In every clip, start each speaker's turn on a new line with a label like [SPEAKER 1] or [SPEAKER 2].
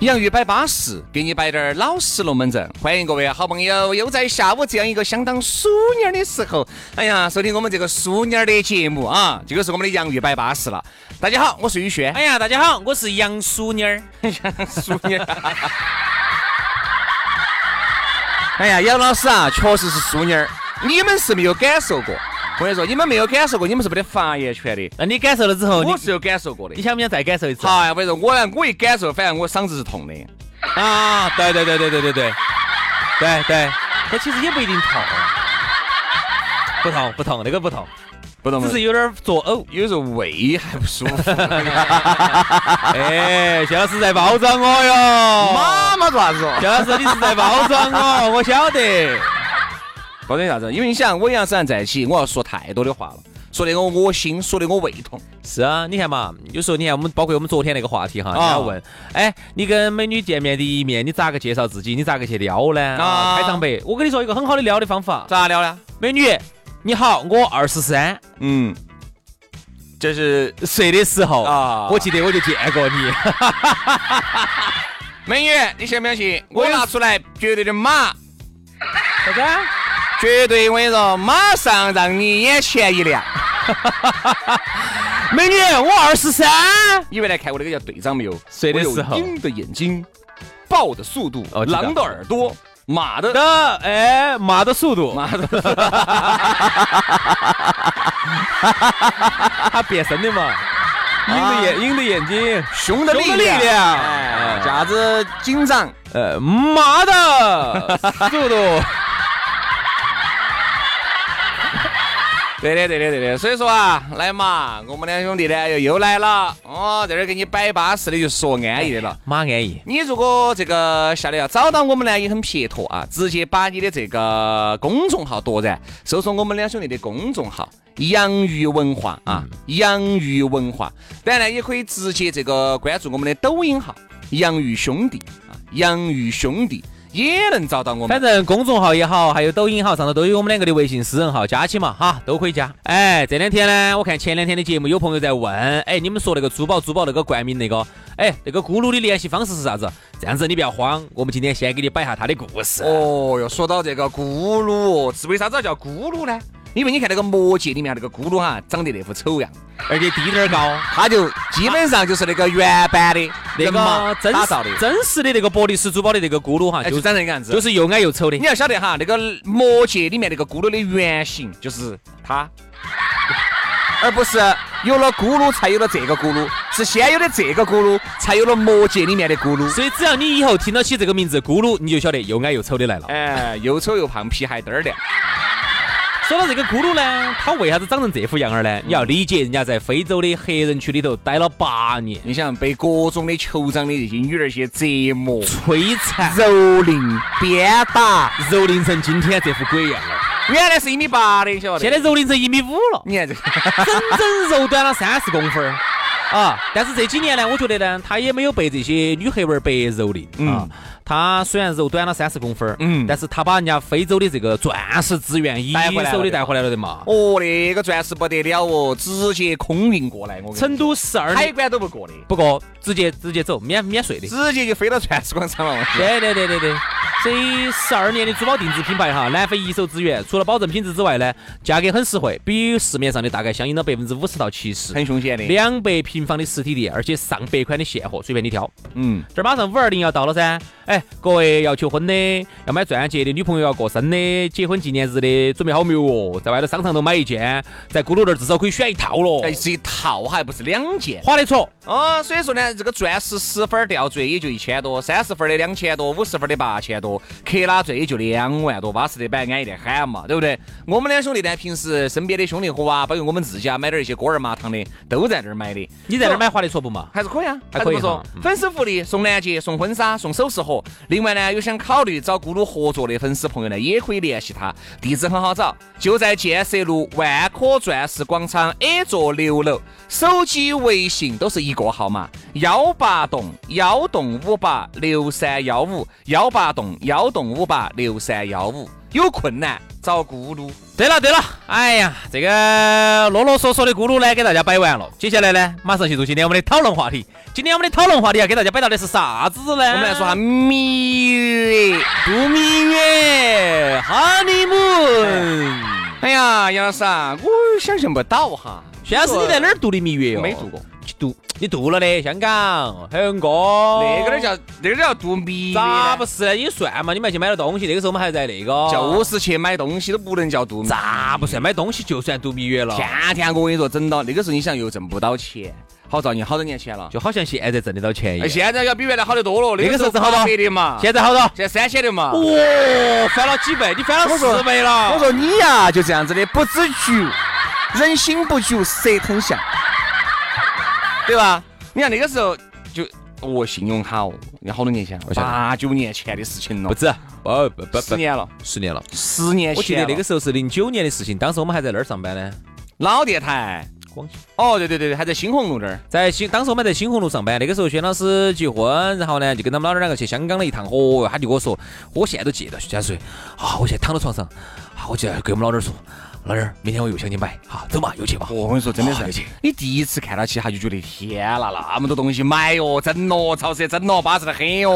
[SPEAKER 1] 洋芋摆巴适，给你摆点儿老实龙门阵。欢迎各位好朋友，又在下午这样一个相当淑女儿的时候，哎呀，收听我们这个淑女儿的节目啊，这个是我们的洋芋摆巴适了。大家好，我是宇轩。
[SPEAKER 2] 哎呀，大家好，我是杨淑妮儿。
[SPEAKER 1] 淑女。 哎呀，杨老师啊，确实是淑女儿，你们是没有感受过。我跟你说，你们没有感受过，你们是没得发言权的。
[SPEAKER 2] 那你感受了之后，哦你
[SPEAKER 1] 我是有感受过的
[SPEAKER 2] 你。想不想再感受一次？
[SPEAKER 1] 哎，我跟你说，我呀，我一感受，反正我嗓子是痛的。
[SPEAKER 3] 啊，对对对对对对对，对对，
[SPEAKER 2] 它其实也不一定痛，不痛不痛，那个不痛，
[SPEAKER 1] 不
[SPEAKER 3] 嗯
[SPEAKER 1] 懂吗
[SPEAKER 2] 只是有点儿作呕。
[SPEAKER 1] 有时候胃还不舒服。
[SPEAKER 3] 哎，薛老师在包装我哟，
[SPEAKER 1] 妈妈做 啥子哦？
[SPEAKER 3] 薛老师你是在包装我，我晓得。
[SPEAKER 1] 抱歉啥子？因为你想，我杨三在一起，我要说太多的话了，说得我恶心，说得我胃痛。
[SPEAKER 2] 是啊，你看嘛，有时候你看我们，包括我们昨天那个话题哈，
[SPEAKER 1] 啊
[SPEAKER 2] 人家问，哎，你跟美女见面第一面，你咋个介绍自己？你咋个去撩呢？
[SPEAKER 1] 啊
[SPEAKER 2] 啊，开场白，我跟你说一个很好的撩的方法，
[SPEAKER 1] 咋聊呢？
[SPEAKER 2] 美女。你好，我二十三
[SPEAKER 1] 嗯，这是
[SPEAKER 2] 岁的时候
[SPEAKER 1] 啊
[SPEAKER 2] 我记得我就见过你。
[SPEAKER 1] 美女，你信不相信？
[SPEAKER 2] 我
[SPEAKER 1] 我
[SPEAKER 2] 也是
[SPEAKER 1] 拿出来绝对的马，
[SPEAKER 2] 啥子啊？
[SPEAKER 1] 绝对我跟你说，马上让你眼前一亮。
[SPEAKER 2] 美女，我二十三。
[SPEAKER 1] 你们来看我那个叫队长没有？
[SPEAKER 2] 谁的时候
[SPEAKER 1] 我有鹰的眼睛，豹的速度，
[SPEAKER 2] 哦知道
[SPEAKER 1] 狼的耳朵，马的
[SPEAKER 2] 的哎，马的速度，
[SPEAKER 1] 马的。
[SPEAKER 2] 它变身的嘛，鹰的
[SPEAKER 1] 啊
[SPEAKER 2] 眼，鹰的眼睛，
[SPEAKER 1] 熊的力
[SPEAKER 2] 熊的力
[SPEAKER 1] 量，
[SPEAKER 2] 量
[SPEAKER 1] 哎
[SPEAKER 2] 哎
[SPEAKER 1] 啥子警长，
[SPEAKER 2] 呃，马的速 度，
[SPEAKER 1] 对的，对的，对的。所以说啊，来嘛，我们两兄弟呢又又来了，哦，在这儿给你摆巴适的，就说安逸的了。
[SPEAKER 2] 马安逸，
[SPEAKER 1] 你如果这个下来要找到我们呢，也很撇脱啊，直接把你的这个公众号夺然，搜索我们两兄弟的公众号“洋芋文化”啊，“洋芋文化”。当然呢，也可以直接这个关注我们的抖音号“洋芋兄弟”啊，“洋芋兄弟”也能找到我们。
[SPEAKER 2] 反正公众号也好，还有抖音号上头都有我们两个的微信私人号，加起嘛哈，都可以加。哎，这两天呢，我看前两天的节目有朋友在问，哎，你们说那个珠宝珠宝那个冠名那个，哎，那个咕噜的联系方式是啥子？这样子你不要慌，我们今天先给你摆一下他的故事。
[SPEAKER 1] 哦哟，说到这个咕噜，哦，是为啥子要叫咕噜呢？因为你看那个魔界里面那个咕噜哈，长得那副丑样，
[SPEAKER 2] 而且低点儿高，
[SPEAKER 1] 他就基本上就是那个原版的
[SPEAKER 2] 那
[SPEAKER 1] 人马
[SPEAKER 2] 个真
[SPEAKER 1] 打造的，
[SPEAKER 2] 实真实的那个伯利斯珠宝的那个咕噜哈，
[SPEAKER 1] 哎，
[SPEAKER 2] 就
[SPEAKER 1] 啊就长成那个样
[SPEAKER 2] 就
[SPEAKER 1] 子。
[SPEAKER 2] 是又矮又丑的
[SPEAKER 1] 你。要晓得哈，那个魔界里面那个咕噜的原型就是他，而不是有了咕噜才有了这个咕噜，是先有了这个咕噜，才有了魔界里面的咕噜。
[SPEAKER 2] 所以只要你以后听到起这个名字“咕噜”，你就晓得又矮又丑的来了。
[SPEAKER 1] 哎，又丑又胖，皮还嘚儿的。
[SPEAKER 2] 说到这个咕噜呢，它为啥子长成这副样儿
[SPEAKER 1] 嗯
[SPEAKER 2] 呢？你要理解人家在非洲的黑人区里头待了八年，
[SPEAKER 1] 你想被各种的酋长的这些女儿些折磨。
[SPEAKER 2] 摧残、
[SPEAKER 1] 蹂躏、鞭打。
[SPEAKER 2] 蹂躏成今天这副鬼样了。
[SPEAKER 1] 原来是一米八的，你晓得不？
[SPEAKER 2] 现在蹂躏成一米五了，
[SPEAKER 1] 你看这个，
[SPEAKER 2] 整整肉短了三十公分儿啊！但是这几年呢，我觉得呢，他也没有被这些女黑娃儿白蹂躏啊
[SPEAKER 1] 嗯。
[SPEAKER 2] 他虽然肉短了三十公分儿，
[SPEAKER 1] 嗯
[SPEAKER 2] 但是他把人家非洲的这个钻石资源一
[SPEAKER 1] 带回来了
[SPEAKER 2] 手的带回来了的嘛。
[SPEAKER 1] 哦，那个钻石不得了哦，直接空运过来，我跟
[SPEAKER 2] 成
[SPEAKER 1] 你
[SPEAKER 2] 都十二
[SPEAKER 1] 说
[SPEAKER 2] 年
[SPEAKER 1] 海关都不过的，
[SPEAKER 2] 不过直接直接走，免免税的。
[SPEAKER 1] 直接就飞到钻石广场了。
[SPEAKER 2] 对对对对对，所以十二年的珠宝定制品牌哈，南非一手资源，除了保证品质之外呢，价格很实惠，比市面上的大概相应了百分之五十到七十。
[SPEAKER 1] 很凶险的，
[SPEAKER 2] 两百平方的实体店，而且上百款的现货，随便你挑。
[SPEAKER 1] 嗯，
[SPEAKER 2] 这儿马上五二零要到了噻，哎，各位要求婚的，要买钻戒的，女朋友要过生的，结婚纪念日的，准备好没有哦？在外头商场头买一件，在咕噜那儿至少可以选一套咯，
[SPEAKER 1] 哎，是一套还不是两件
[SPEAKER 2] 划得着。
[SPEAKER 1] 哦，所以说呢，这个钻石十分儿吊坠也就一千多，三十分儿的两千多，五十分儿的八千多，克拉钻也就两万多，巴适的板安逸的很嘛，对不对？我们两兄弟呢，平时身边的兄弟伙啊，包括我们自己啊，买点儿一些锅儿麻糖的，都在这儿买的。
[SPEAKER 2] 你在那儿买划得着不嘛？
[SPEAKER 1] 还是可以啊，
[SPEAKER 2] 还可以
[SPEAKER 1] 不错
[SPEAKER 2] 哈嗯
[SPEAKER 1] 粉丝福利送钻戒、送婚纱、送首饰盒。另外呢，有想考虑找咕噜合作的粉丝朋友呢，也可以联系他，地址很好找，就在建设路万科钻石广场 A 座六楼。手机、微信都是一个号码：幺八栋幺栋五八六三幺五，幺八栋幺栋五八六三幺五。有困难找咕噜。
[SPEAKER 2] 对了对了，哎呀，这个啰啰嗦嗦的咕噜呢，给大家摆完了。接下来呢，马上进入今天我们的讨论话题。今天我们的讨论话题要给大家摆到的是啥子呢？
[SPEAKER 1] 我
[SPEAKER 2] 我
[SPEAKER 1] 们来说下蜜月。
[SPEAKER 2] 度蜜月，honeymoon。
[SPEAKER 1] 哎呀，杨老师啊，我想象不到哈。
[SPEAKER 2] 薛老师，你在哪儿度的蜜月哟？
[SPEAKER 1] 没度过，
[SPEAKER 2] 去度，你度了的，香港、海洋哥，
[SPEAKER 1] 那个儿叫那个儿叫度蜜月呢，
[SPEAKER 2] 咋不是呢？也算嘛，你们还去买了东西，那个时候我们还在那个，
[SPEAKER 1] 就是去买东西都不能叫度蜜。
[SPEAKER 2] 咋不算买东西就算度蜜月了？
[SPEAKER 1] 天天我跟你说，整到那个时候，你想又挣不到钱，好造孽，好多年前了。
[SPEAKER 2] 就好像现在挣得到钱一
[SPEAKER 1] 哎，
[SPEAKER 2] 样。
[SPEAKER 1] 现在要比原来好得多了，
[SPEAKER 2] 那个时候
[SPEAKER 1] 是
[SPEAKER 2] 是好多
[SPEAKER 1] 百的嘛，
[SPEAKER 2] 现在好多，
[SPEAKER 1] 现在三千的嘛。
[SPEAKER 2] 哦，翻了几倍，你翻了
[SPEAKER 1] 我说
[SPEAKER 2] 四倍了。
[SPEAKER 1] 我说你呀、就这样子的，不知足，人心不足蛇吞象，对吧？你看那个时候就哦，信用卡哦，你好多年前了，
[SPEAKER 2] 晓得
[SPEAKER 1] 八九年前的事情了
[SPEAKER 2] 不，止，不不不
[SPEAKER 1] 十
[SPEAKER 2] 不，
[SPEAKER 1] 年了，
[SPEAKER 2] 十年了。
[SPEAKER 1] 十年前
[SPEAKER 2] 我记得那个
[SPEAKER 1] 了
[SPEAKER 2] 时候是零九年的事情，当时我们还在那儿上班呢，
[SPEAKER 1] 老电台，
[SPEAKER 2] 广西。
[SPEAKER 1] 哦，对对对对，还在新红路那儿。
[SPEAKER 2] 在新，当时我们在新红路上班，那个时候薛老师结婚，然后呢就跟他们老娘两个去香港了一趟，哦哟，他就跟我说，我现在都记得薛家水啊，我现在躺到床上，啊，我就要跟我们老娘说，老娘儿，明天我又想你买，好，走嘛，又去嘛。
[SPEAKER 1] 我跟你说，真的
[SPEAKER 2] 哦有
[SPEAKER 1] 是
[SPEAKER 2] 钱，
[SPEAKER 1] 你第一次看到起，他就觉得天啦，那么多东西买哟，真哦，潮湿真哦，巴适得很哟。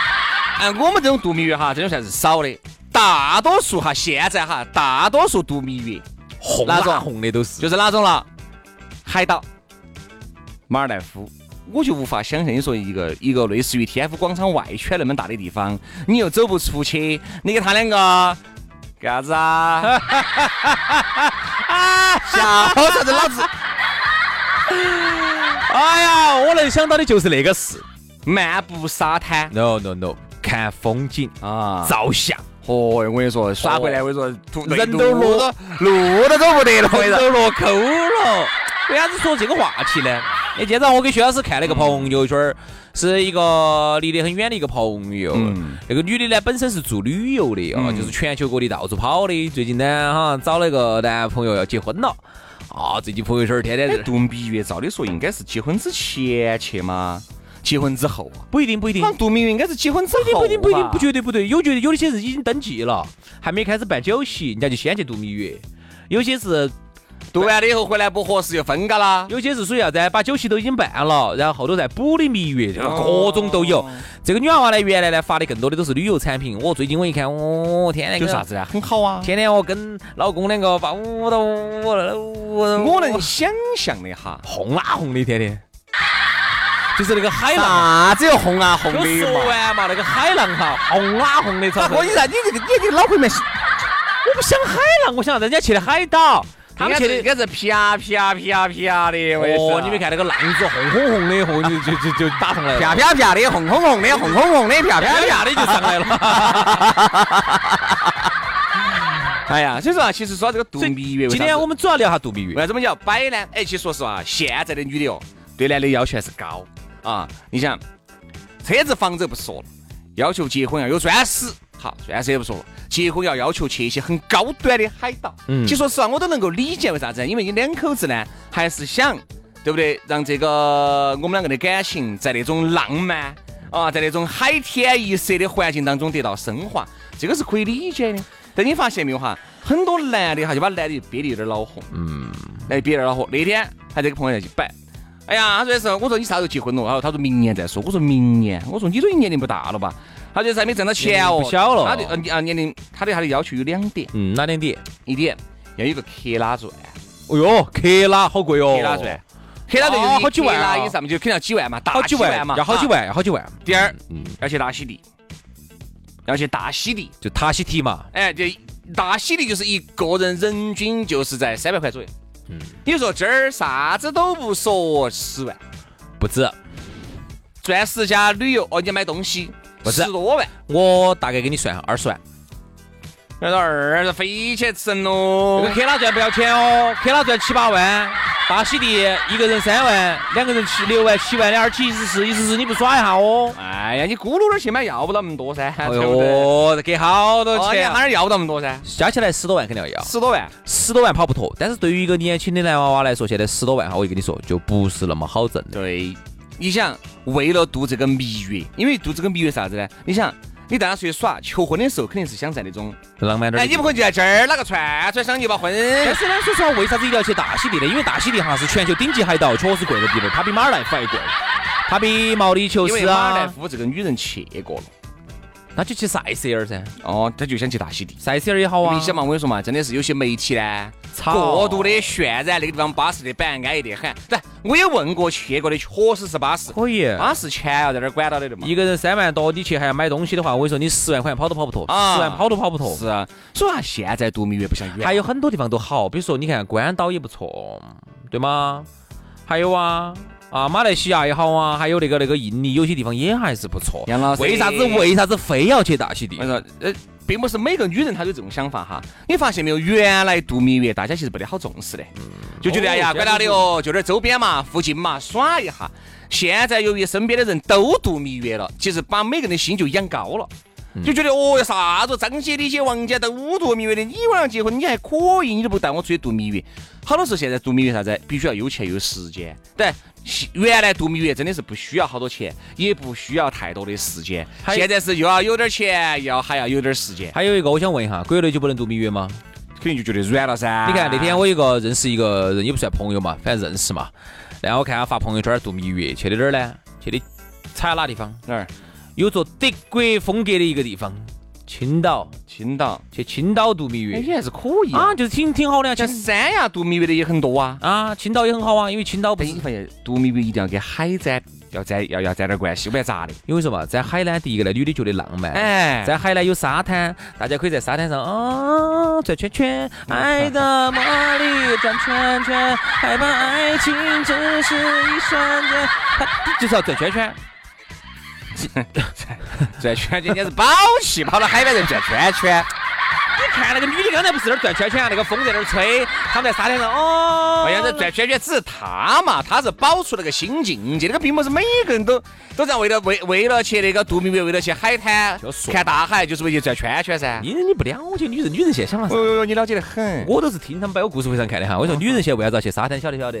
[SPEAKER 1] 哎，我们这种度蜜月哈，这种算是少的，大多数哈，现在哈，大多数度蜜月
[SPEAKER 2] 红
[SPEAKER 1] 哪种
[SPEAKER 2] 啦红的都 是，
[SPEAKER 1] 就是哪种了？海岛、马尔代夫。我就无法想象，你说一个一个类似于天府广场外圈那么大的地方，你又走不出去，你给他两个干啥子 啊？笑啥子？老子
[SPEAKER 2] 哎呀，我能想到的就是那个事
[SPEAKER 1] 漫步沙滩
[SPEAKER 2] ，no no no，看风景，
[SPEAKER 1] 啊！
[SPEAKER 2] 照相，
[SPEAKER 1] 哦，我跟你说，耍回来
[SPEAKER 2] 哦
[SPEAKER 1] 我跟你说，
[SPEAKER 2] 人都
[SPEAKER 1] 路
[SPEAKER 2] 落
[SPEAKER 1] 路都走不得了，我跟你说。
[SPEAKER 2] 都落扣了。为啥子说这个话题呢？哎，今早我给薛老师看了一个朋友圈儿，是一个离得很远的一个朋友。
[SPEAKER 1] 嗯
[SPEAKER 2] 那个女的呢，本身是做旅游的啊，
[SPEAKER 1] 嗯
[SPEAKER 2] 就是全球各地到处跑的。最近呢，哈，找了一个男朋友要结婚了。啊，最近朋友圈儿天天在
[SPEAKER 1] 哎
[SPEAKER 2] 这儿
[SPEAKER 1] 度蜜月，照理说应该是结婚之前去嘛，结婚之后啊。
[SPEAKER 2] 不一定，不一定
[SPEAKER 1] 好。像度蜜月应该是结婚之后啊吧
[SPEAKER 2] 不一定不一定不绝对不对，有觉得有些是已经登记了，还没开始办酒席，人家就先去度蜜月；有些是
[SPEAKER 1] 度完了啊以后回来不合适就分嘎啦。
[SPEAKER 2] 有些是属于啥子，把酒席都已经办了，然后后头再补的蜜月，
[SPEAKER 1] 哦
[SPEAKER 2] 各种都有。这个女娃娃呢，原来呢发的更多的都是旅游产品，我最近我一看，哦天哪，
[SPEAKER 1] 有啥？子啊？很好啊。
[SPEAKER 2] 天天我跟老公两个把舞到我我
[SPEAKER 1] 我能想象的哈，
[SPEAKER 2] 红啊红的，天天就是那个海浪。
[SPEAKER 1] 啥子有红啊红
[SPEAKER 2] 我说完嘛，那个海浪哈，红啊红的，
[SPEAKER 1] 大
[SPEAKER 2] 操！
[SPEAKER 1] 哥，你啥？你这个你这个脑壳里面是，
[SPEAKER 2] 我不想海浪，我想人家去的海岛，他们去
[SPEAKER 1] 应
[SPEAKER 2] 的。
[SPEAKER 1] 该是啪啪啪啪的，我跟你说
[SPEAKER 2] 哦，你没看那个浪子红红红的，红就就就就打上来了，
[SPEAKER 1] 啪啪啪的，红红红的，红红红的，啪啪
[SPEAKER 2] 啪
[SPEAKER 1] 啪
[SPEAKER 2] 啪
[SPEAKER 1] 的
[SPEAKER 2] 的。就上来了。
[SPEAKER 1] 哎呀，所以说啊，其实说到这个度蜜月，
[SPEAKER 2] 今天我
[SPEAKER 1] 们
[SPEAKER 2] 们主要聊下度蜜月
[SPEAKER 1] 为。啥子我们叫摆呢？哎，其实说实话，现在的女的哦，对男的要求还是高啊。你想，车子、房子不说了，要求结婚要有钻石，好，钻石也不说了，结婚要要求去一些很高端的海岛。
[SPEAKER 2] 嗯
[SPEAKER 1] 其实说实话，我都能够理解为啥子，因为你两口子呢，还是想，对不对？让这个我们两个的感情在那种浪漫。啊，在那种海天一色的环境当中得到升华，这个是可以理解的。但你发现没有哈，很多男的哈就把男的憋得有点恼火，来憋点恼火。那天他这个朋友在去摆，哎呀，他说的是，我说你啥时候结婚了？他说他说明年再说。我说明年，我说你都已经年龄不大了吧？他就是还没挣到钱
[SPEAKER 2] 年
[SPEAKER 1] 哦，
[SPEAKER 2] 龄不小了
[SPEAKER 1] 他的呃你啊年龄，他对他的要求有两点，
[SPEAKER 2] 嗯，哪两点？
[SPEAKER 1] 一点要有一个克拉钻，
[SPEAKER 2] 哦哟，克拉好贵哦，
[SPEAKER 1] 克拉钻，黑拉队就是
[SPEAKER 2] 哦
[SPEAKER 1] 一
[SPEAKER 2] 好几万啊
[SPEAKER 1] 黑拉以上嘛，就肯定要几万嘛，大
[SPEAKER 2] 好几万
[SPEAKER 1] 嘛，
[SPEAKER 2] 要好几
[SPEAKER 1] 啊。
[SPEAKER 2] 万，要好几万，
[SPEAKER 1] 第二
[SPEAKER 2] 嗯，
[SPEAKER 1] 要去大溪地，要去大溪地，
[SPEAKER 2] 就塔西提嘛，
[SPEAKER 1] 哎，就大溪地就是一个人人均就是在三百块左右。
[SPEAKER 2] 嗯
[SPEAKER 1] 嗯，你说这儿啥子都不说，十万，
[SPEAKER 2] 不止。
[SPEAKER 1] 钻石加旅游哦，你买东西
[SPEAKER 2] 不是
[SPEAKER 1] 十多万，
[SPEAKER 2] 我大概给你算下，二十万。
[SPEAKER 1] 那二十飞起来吃人喽
[SPEAKER 2] 这个。黑拉钻不要钱哦，黑拉钻七八万，大溪地一个人三万，两个人七六万、七万，两二七一十四，一十四你不耍一下哦？
[SPEAKER 1] 哎呀，你咕噜那儿去买，要不到那么多噻，
[SPEAKER 2] 哎
[SPEAKER 1] 对不对？
[SPEAKER 2] 呦，这给好多
[SPEAKER 1] 哦，你
[SPEAKER 2] 钱
[SPEAKER 1] 哪
[SPEAKER 2] 啊，
[SPEAKER 1] 儿要不到那么多噻？
[SPEAKER 2] 加起来十多万肯定要要，
[SPEAKER 1] 十多万，
[SPEAKER 2] 十多万跑不脱。但是对于一个年轻的男娃娃来说，现在十多万哈，我就跟你说，就不是那么好挣的。
[SPEAKER 1] 对，你想为了度这个蜜月，因为度这个蜜月啥子呢？你想，你带他出去耍，求婚的时候肯定是想在那种，
[SPEAKER 2] 浪漫点儿
[SPEAKER 1] 哎，
[SPEAKER 2] 的
[SPEAKER 1] 你
[SPEAKER 2] 地
[SPEAKER 1] 不
[SPEAKER 2] 方。
[SPEAKER 1] 可能就在这儿哪个串串香就把婚，
[SPEAKER 2] 但是呢，说实话，为啥子一定要去大溪地呢？因为大溪地哈是全球顶级海岛，确实贵了地方，它比马尔代夫还贵，它比毛里求
[SPEAKER 1] 因为
[SPEAKER 2] 斯
[SPEAKER 1] 马尔代
[SPEAKER 2] 啊，
[SPEAKER 1] 夫这个女人去过了，
[SPEAKER 2] 那就去塞舌尔噻，
[SPEAKER 1] 哦，她就想去大溪地。
[SPEAKER 2] 塞舌尔也好啊
[SPEAKER 1] 你。想嘛，我跟你说嘛，真的是有些媒体呢，
[SPEAKER 2] 操
[SPEAKER 1] 过度的渲染那个地方巴适的板，安逸得很。对，我也问过去过的，确实是巴适，
[SPEAKER 2] 可以，
[SPEAKER 1] 巴适钱啊要在那儿管到的的嘛。
[SPEAKER 2] 一个人三万多，你去还要买东西的话，我跟你说，你十万块钱跑都跑不脱，
[SPEAKER 1] 啊
[SPEAKER 2] 十万跑都跑不脱。
[SPEAKER 1] 是啊，所以啊，现在度蜜月不像原来
[SPEAKER 2] 还有很多地方都好，比如说你看关岛也不错，对吗？还有啊啊，马来西亚也好啊，还有那个那个印尼，有些地方也还是不错。
[SPEAKER 1] 杨老师
[SPEAKER 2] 为啥子为啥子非要去大溪地
[SPEAKER 1] 我？说，呃，并不是每个女人她都有这种想法哈。你发现没有？原来度蜜月大家其实不得好重视的，就觉得
[SPEAKER 2] 哦
[SPEAKER 1] 哎呀，
[SPEAKER 2] 这样
[SPEAKER 1] 管他的哦，就点周边嘛、附近嘛耍一下。现在由于身边的人都度蜜月了，其实把每个人的心就养高了。
[SPEAKER 2] 嗯
[SPEAKER 1] 就觉得哦，啥子张姐、李姐、王姐都度蜜月的，你晚上结婚你还可以，你都不带我出去度蜜月。好多时候现在度蜜月啥子，必须要有钱有时间。对，西原来度蜜月真的是不需要好多钱，也不需要太多的时间。
[SPEAKER 2] 还有
[SPEAKER 1] 现在是又要有点钱，要还要有点时间，
[SPEAKER 2] 还有一个，我想问一下，国内就不能度蜜月吗？
[SPEAKER 1] 肯定就觉得软了噻。
[SPEAKER 2] 你看那天我有一个认识一个人，也不算朋友嘛，反正认识嘛。然后我看他发朋友圈儿度蜜月，去的哪儿呢？去的猜哪地方？
[SPEAKER 1] 哪儿？
[SPEAKER 2] 有座德国风格的一个地方，青岛，
[SPEAKER 1] 青岛，
[SPEAKER 2] 去青岛度蜜月
[SPEAKER 1] 哎，也还是可以
[SPEAKER 2] 啊，
[SPEAKER 1] 啊。
[SPEAKER 2] 就是挺挺好的啊，
[SPEAKER 1] 像
[SPEAKER 2] 青
[SPEAKER 1] 三亚度蜜月的也很多啊。
[SPEAKER 2] 啊，青岛也很好啊，因为青岛不
[SPEAKER 1] 但
[SPEAKER 2] 是
[SPEAKER 1] 你发现度蜜月一定要跟海沾，要沾要要沾点关系，不然咋的？
[SPEAKER 2] 因为什么，在海南第一个呢，女的觉得浪漫，
[SPEAKER 1] 哎，
[SPEAKER 2] 在海南有沙滩，大家可以在沙滩上啊转圈圈，
[SPEAKER 1] 嗯
[SPEAKER 2] 爱的魔力转圈圈，害怕爱情只是一瞬间，他就是要转圈 圈。
[SPEAKER 1] 转圈圈，人家是宝气，跑到海边上转圈 圈。
[SPEAKER 2] 你看哎那个女的刚才不是在那儿转圈圈啊，那个风在那儿吹，他们在沙滩上哦，
[SPEAKER 1] 哎呀，这转圈圈只是他嘛，他是保出那个新境界，那个并不是每个人都都在为了为为了去那个度蜜月，为了去海滩
[SPEAKER 2] 就说
[SPEAKER 1] 看大海，就是为去转圈圈噻。
[SPEAKER 2] 你你不了解女人，女人现在想法啥？
[SPEAKER 1] 哦嗯哟，你了解得很。
[SPEAKER 2] 我都是听他们摆我故事会上看的哈。我说女人现在为啥子要去沙滩，晓得晓得？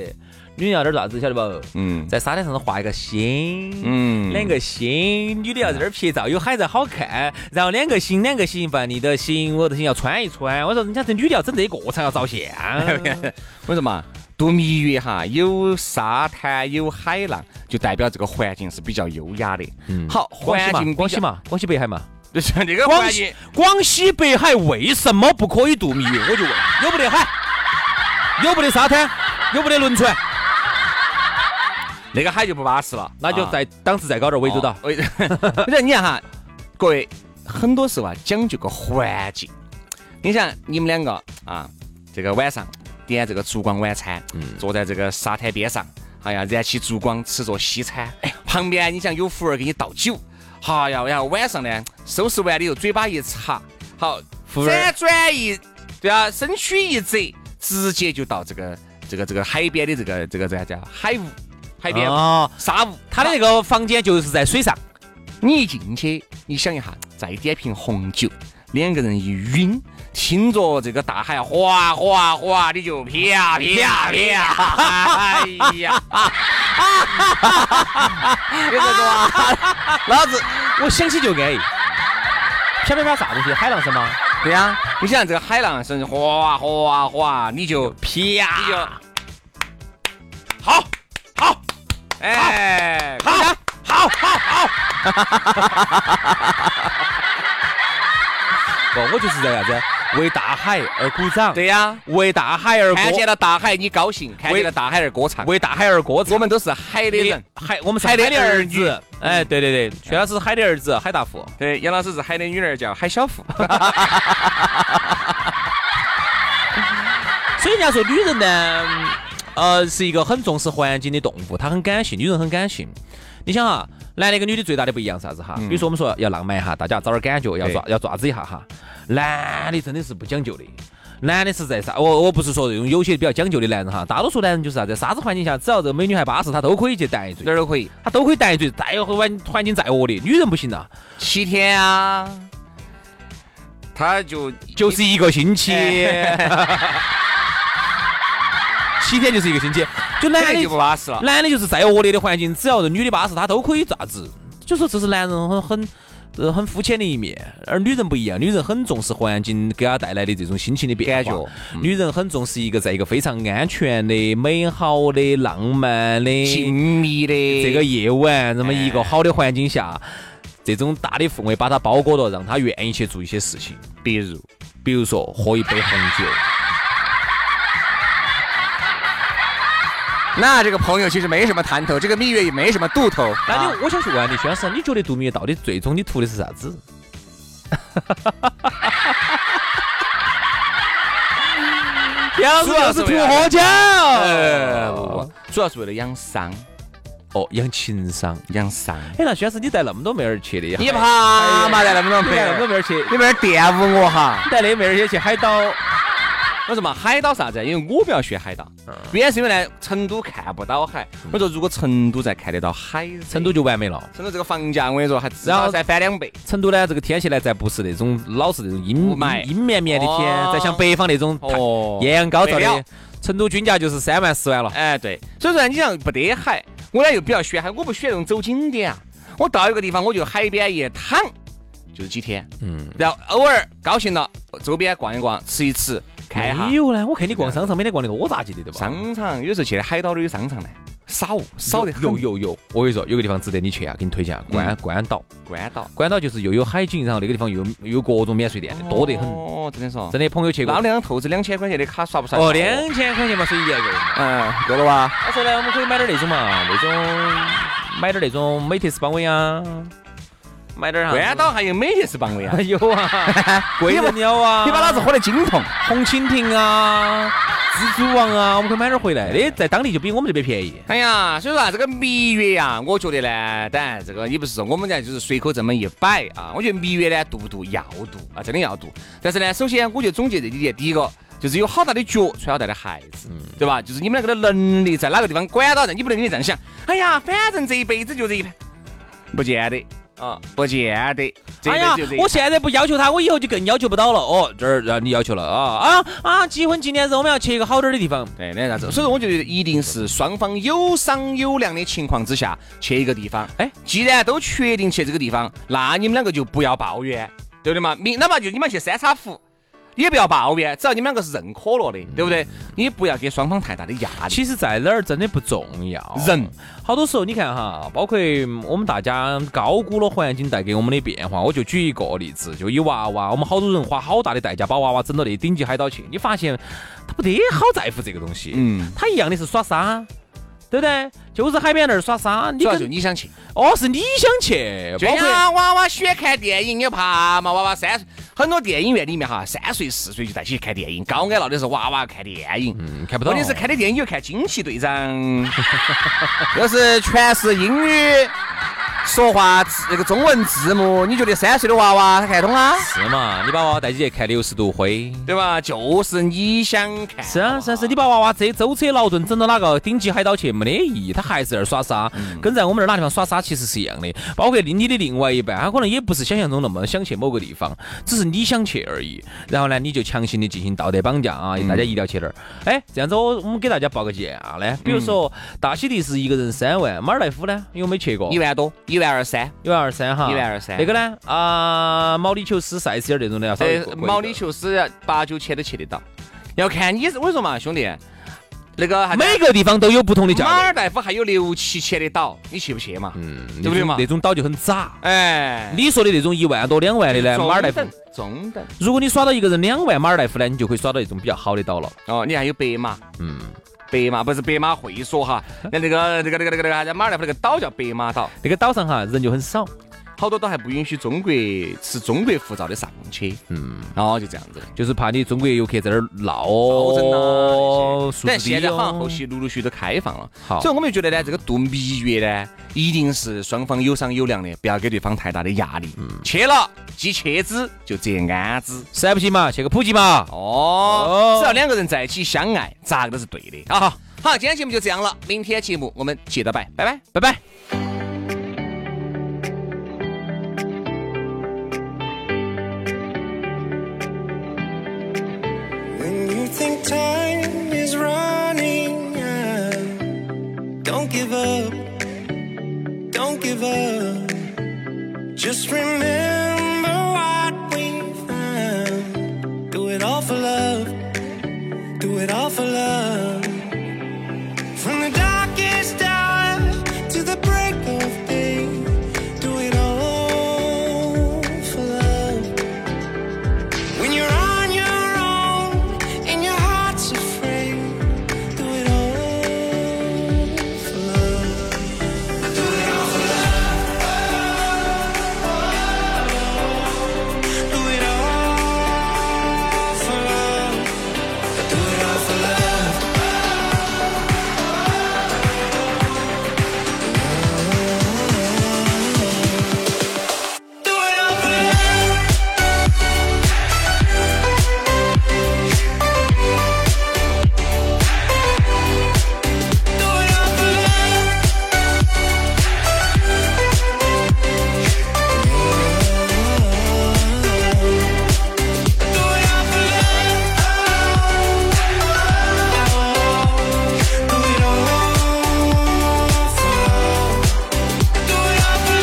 [SPEAKER 2] 女人要点啥子，晓得不？
[SPEAKER 1] 嗯
[SPEAKER 2] 在沙滩上头画一个心，
[SPEAKER 1] 嗯
[SPEAKER 2] 两个心，女的要在那儿拍照，有海在好看。然后两个心，两个心，把你的心，我的心要穿一穿。我说人家这女的要整这个，才要照啊相。
[SPEAKER 1] 为什么？度蜜月哈，有沙滩有海浪，就代表这个环境是比较优雅的。好，
[SPEAKER 2] 广
[SPEAKER 1] 环
[SPEAKER 2] 嗯西嘛，
[SPEAKER 1] 境
[SPEAKER 2] 广西， 嘛，广西北海嘛，
[SPEAKER 1] 就是那个
[SPEAKER 2] 广
[SPEAKER 1] 环境
[SPEAKER 2] 西。广西北海为什么不可以度蜜月？我就问，有不得海，有不得沙滩，有不得轮船，
[SPEAKER 1] 那个海就不巴适了，
[SPEAKER 2] 那就
[SPEAKER 1] 啊
[SPEAKER 2] 再档次再高点，涠洲岛。
[SPEAKER 1] 哦。哎 不是你看哈，各位很多时候啊讲究个环境。你想你们两个啊，这个晚上点这个烛光晚餐，
[SPEAKER 2] 嗯
[SPEAKER 1] 坐在这个沙滩边上，哎呀，燃起烛光吃着西餐，哎，旁边你想有服务员给你倒酒，好呀，然后晚上呢收拾完了以后嘴巴一擦，好，
[SPEAKER 2] 服务员
[SPEAKER 1] 辗转一对啊，身躯一折，直接就到这个这个这个海边的这个这个这个叫海屋，海边屋
[SPEAKER 2] 哦，
[SPEAKER 1] 沙屋，
[SPEAKER 2] 他的那个房间就是在水上。
[SPEAKER 1] 你一进去，你想一下，再点瓶红酒，两个人一晕，听着这个大海哗哗哗，你就啪啪啪，哎呀，你这个哇，老子，
[SPEAKER 2] 我想起就安逸。啪啪啪啥东西？海浪声吗？
[SPEAKER 1] 对呀、你想这个海浪声哗哗哗，你就啪，你就好，好，哎，好，好，好，好。
[SPEAKER 2] 不，我就是在啥子？为大海而鼓掌，
[SPEAKER 1] 对呀、
[SPEAKER 2] 为大海而歌，
[SPEAKER 1] 看见了大海你高兴，看见了大海而歌唱。
[SPEAKER 2] 为大海而歌唱。
[SPEAKER 1] 我们都是海的人，
[SPEAKER 2] 海，我们是
[SPEAKER 1] 海的
[SPEAKER 2] 的
[SPEAKER 1] 儿
[SPEAKER 2] 儿
[SPEAKER 1] 女
[SPEAKER 2] 子。哎，对对对，薛老师是海的儿子，海大富。
[SPEAKER 1] 对，杨老师是海的女儿，叫海小富。
[SPEAKER 2] 所以人家说女人呢，呃，是一个很重视环境的动物，她很感性，女人很感性。你想哈，男的跟女的最大的不一样是啥子哈？比如说我们说要浪漫一下，大家找点感觉，要抓要抓子一下哈。男的真的是不讲究的，男的是在啥？我我不是说用有些比较讲究的男人哈，大多数男人就是啥子，啥子环境下只要这美女还巴适，他都可以去谈一
[SPEAKER 1] 哪
[SPEAKER 2] 醉，
[SPEAKER 1] 儿都可以，
[SPEAKER 2] 他都可以谈一醉，再环环境再恶劣，女人不行啊，
[SPEAKER 1] 七天啊，他就
[SPEAKER 2] 就是一个星期。
[SPEAKER 1] 哎
[SPEAKER 2] 七天就是一个星期，就男
[SPEAKER 1] 男的
[SPEAKER 2] 的
[SPEAKER 1] 哎就不巴适了。
[SPEAKER 2] 男的就是再恶劣的环境，只要是女的巴适，他都可以咋子。就说这是男人很很呃很肤浅的一面，而女人不一样，女人很重视环境给她带来的这种心情的变化
[SPEAKER 1] 感觉，
[SPEAKER 2] 女人很重视一个在一个非常安全的、美好的、浪漫
[SPEAKER 1] 静
[SPEAKER 2] 的
[SPEAKER 1] 谧的
[SPEAKER 2] 这个夜晚，那么一
[SPEAKER 1] 哎
[SPEAKER 2] 个好的环境下，这种大的氛围把她包裹了，让她愿意去做一些事情，
[SPEAKER 1] 比如啊
[SPEAKER 2] 比如说喝一杯红酒。
[SPEAKER 1] 那这个朋友其实没什么谈头，这个蜜月也没什么度头。
[SPEAKER 2] 那
[SPEAKER 1] 啊
[SPEAKER 2] 你我想去问下你，薛老师，你觉得度蜜月到底最终你图的是啥 子？杨
[SPEAKER 1] 主要是为了
[SPEAKER 2] 酒，
[SPEAKER 1] 呃，不不，主要是为了养伤，
[SPEAKER 2] 哦，养情商。
[SPEAKER 1] 养伤。
[SPEAKER 2] 哎，那薛老师，你带那么多妹儿去的，哎
[SPEAKER 1] 你怕嘛？在那么多
[SPEAKER 2] 你
[SPEAKER 1] 朋
[SPEAKER 2] 带那么多
[SPEAKER 1] 友，
[SPEAKER 2] 妹儿去，
[SPEAKER 1] 你们玷污我哈！
[SPEAKER 2] 你带那妹儿也去海岛，
[SPEAKER 1] 我说嘛，海岛啥子？因为我不要学海岛，原因是因为呢，成都看不到海。我说如果成都再看得到海，
[SPEAKER 2] 成都就完美了。
[SPEAKER 1] 嗯成都这个房价，我跟你说还至
[SPEAKER 2] 然
[SPEAKER 1] 少
[SPEAKER 2] 后
[SPEAKER 1] 再翻两倍。
[SPEAKER 2] 成都呢，这个天气呢，再不是那种老是那种阴
[SPEAKER 1] 雾霾
[SPEAKER 2] 阴绵绵的天
[SPEAKER 1] 哦，
[SPEAKER 2] 再像北方那种
[SPEAKER 1] 哦
[SPEAKER 2] 艳阳高照
[SPEAKER 1] 北
[SPEAKER 2] 的
[SPEAKER 1] 漂，
[SPEAKER 2] 成都均价就是三万四万了。
[SPEAKER 1] 哎，对，所以说呢你像不得海，我呢又比较喜欢海，我不喜欢那种走景点啊。我到一个地方，我就海边一躺，就是几天，
[SPEAKER 2] 嗯，
[SPEAKER 1] 然后偶尔高兴了，周边逛一逛，吃一吃，看一下
[SPEAKER 2] 没。有呢，我看你逛商场，每天逛那个我咋记得的吧？
[SPEAKER 1] 啊商场有时候去的海岛都有商场呢，少少得很。嗯
[SPEAKER 2] 有有有，我跟你说，有个地方值得你去啊，给你推荐啊，关关岛。
[SPEAKER 1] 关岛，
[SPEAKER 2] 关岛就是又有海景，然后那个地方又有有各种免税店的，多得很。
[SPEAKER 1] 哦，真的哎说，
[SPEAKER 2] 真的，朋友去过
[SPEAKER 1] 那。两透支两千块钱的卡刷不刷？
[SPEAKER 2] 哦，两千块钱嘛，所以一人一个人嘛。
[SPEAKER 1] 嗯，够了吧？
[SPEAKER 2] 他说呢，我们可以买点那种嘛，那种买点那种美特斯邦威啊，买点啥？！
[SPEAKER 1] 关岛还有美特斯邦威啊
[SPEAKER 2] 有啊，贵人鸟啊，
[SPEAKER 1] 你把老子喝得精通，
[SPEAKER 2] 红蜻蜓啊，蜘蛛网啊，我们可以买点回来的，在当地就比我们这边便宜。
[SPEAKER 1] 哎呀，所以说啊，这个蜜月呀、我觉得呢，当然这个也不是说我们呢就是随口这么一摆啊，我觉得蜜月呢度不度要度啊，真的要度。但是呢，首先我就总结这几点，第一个就是有好大的脚，穿好大的鞋子，
[SPEAKER 2] 嗯
[SPEAKER 1] 对吧？就是你们两个的能力在哪个地方管到人，你不能跟你这样想，哎呀，反正这一辈子就这一盘，不见得啊，不见得，这一
[SPEAKER 2] 哎
[SPEAKER 1] 辈
[SPEAKER 2] 呀
[SPEAKER 1] 子就这，一
[SPEAKER 2] 我现在不要求他，我以后就更要求不到了。哦，这儿让你要求了啊啊啊！结婚纪念日我们要去一个好点儿的地方。
[SPEAKER 1] 对，那啥子？所以说，我觉得一定是双方有商有量的情况之下去一个地方。
[SPEAKER 2] 哎
[SPEAKER 1] 哎，既然都确定去这个地方，那你们两个就不要抱怨，对不对嘛？明，哪怕就你们去三叉湖，也不要抱怨，只要你们两个是认可了的，对不对？你不要给双方太大的压力。
[SPEAKER 2] 其实，在哪儿真的不重要。
[SPEAKER 1] 人
[SPEAKER 2] 好多时候，你看哈，包括我们大家高估了环境带给我们的变化。我就举一个例子，就以娃娃，我们好多人花好大的代价把娃娃整到那顶级海岛去，你发现他不得好在乎这个东西。
[SPEAKER 1] 嗯，
[SPEAKER 2] 他一样的是耍沙，对不对？就是海边那儿耍沙，你
[SPEAKER 1] 主要啊就
[SPEAKER 2] 跟
[SPEAKER 1] 你想去。
[SPEAKER 2] 哦是你想去，
[SPEAKER 1] 就
[SPEAKER 2] 包括
[SPEAKER 1] 像娃娃喜欢看电影，也怕嘛。娃娃三很多电影院里面哈，三岁四岁就带起去看电影，高矮闹的是娃娃看电影。
[SPEAKER 2] 嗯看不到，
[SPEAKER 1] 问题是看的电影又看《惊奇队长》，又是全是英语，说话字那个中文字幕，你觉得三岁的娃娃他看得懂啊？
[SPEAKER 2] 是嘛？你把娃娃带起去看六十度灰。
[SPEAKER 1] 对吧？就是你想看，
[SPEAKER 2] 是啊，是啊，是你把娃娃这舟车劳顿整到哪个顶级海岛去没得意义，他还是在那儿耍沙，跟在我们那儿哪地方耍沙其实是一样的。包括你的另外一半，他可能也不是想象中那么想去某个地方，只是你想去而已。然后呢，你就强行的进行道德绑架啊，大家一定要去那儿。哎，这样子我我们给大家报个价呢，比如说大溪地是一个人三万，马尔代夫呢，因为我没去过
[SPEAKER 1] 一，万多，一万二三，
[SPEAKER 2] 一万二三哈，
[SPEAKER 1] 123
[SPEAKER 2] 那个呢啊，毛里求斯、塞舌尔那种的要稍微
[SPEAKER 1] 呃
[SPEAKER 2] 贵，一点
[SPEAKER 1] 毛里求斯八九千都去得到。要看你是我跟你说嘛，兄弟，那个啥子
[SPEAKER 2] 每个地方都有不同的
[SPEAKER 1] 马
[SPEAKER 2] 价
[SPEAKER 1] 尔
[SPEAKER 2] 位，
[SPEAKER 1] 代夫还有六七千的岛，你去不去嘛？
[SPEAKER 2] 嗯，
[SPEAKER 1] 对不对嘛
[SPEAKER 2] 那种岛就很渣。
[SPEAKER 1] 哎，
[SPEAKER 2] 你说的那种一万多、两万的呢，
[SPEAKER 1] 中
[SPEAKER 2] 马尔代夫
[SPEAKER 1] 等，中等
[SPEAKER 2] 如果你耍到一个人两万马尔代夫呢，你就可以耍到一种比较好的岛了。
[SPEAKER 1] 哦，你还有白马，
[SPEAKER 2] 嗯，
[SPEAKER 1] 白马不是白马会 所哈，那那个那个那个那个那个啥子马尔代夫那个岛叫白马岛，
[SPEAKER 2] 那个岛上哈人就很少。
[SPEAKER 1] 好多岛还不允许中国持中国护照的上去，
[SPEAKER 2] 嗯，
[SPEAKER 1] 然后就这样子的。
[SPEAKER 2] 就是怕你中国游客在那儿闹哦
[SPEAKER 1] 保证呐，
[SPEAKER 2] 树
[SPEAKER 1] 但
[SPEAKER 2] 枝
[SPEAKER 1] 现在
[SPEAKER 2] 哟
[SPEAKER 1] 好像后期陆陆续续都开放了，
[SPEAKER 2] 好
[SPEAKER 1] 所以我们就觉得呢，这个度蜜月呢，一定是双方有商有量的，不要给对方太大的压力。
[SPEAKER 2] 嗯
[SPEAKER 1] 去了既去之就折安之，
[SPEAKER 2] 塞不起嘛，去个普吉嘛。
[SPEAKER 1] 哦
[SPEAKER 2] 哦，
[SPEAKER 1] 只要两个人在一起相爱，咋个都是对的啊！好，好，今天节目就这样了，明天节目我们接着摆，拜拜，拜拜。
[SPEAKER 4] When you think time is running out, don't give up, don't give up. Just remember what we found. Do it all for love, do it all for love. From the darkest hour to the break of day, do it all for love. When you're on your own and your heart's afraid, do it all for love. Do it all for love. Do it all for love. Do it all for love. Do it all for love. Do it all for love. Do it all for love. Do it all for love. Do it all for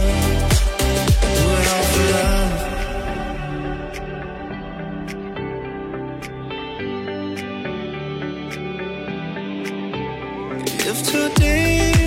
[SPEAKER 4] love. Do it all for love. If today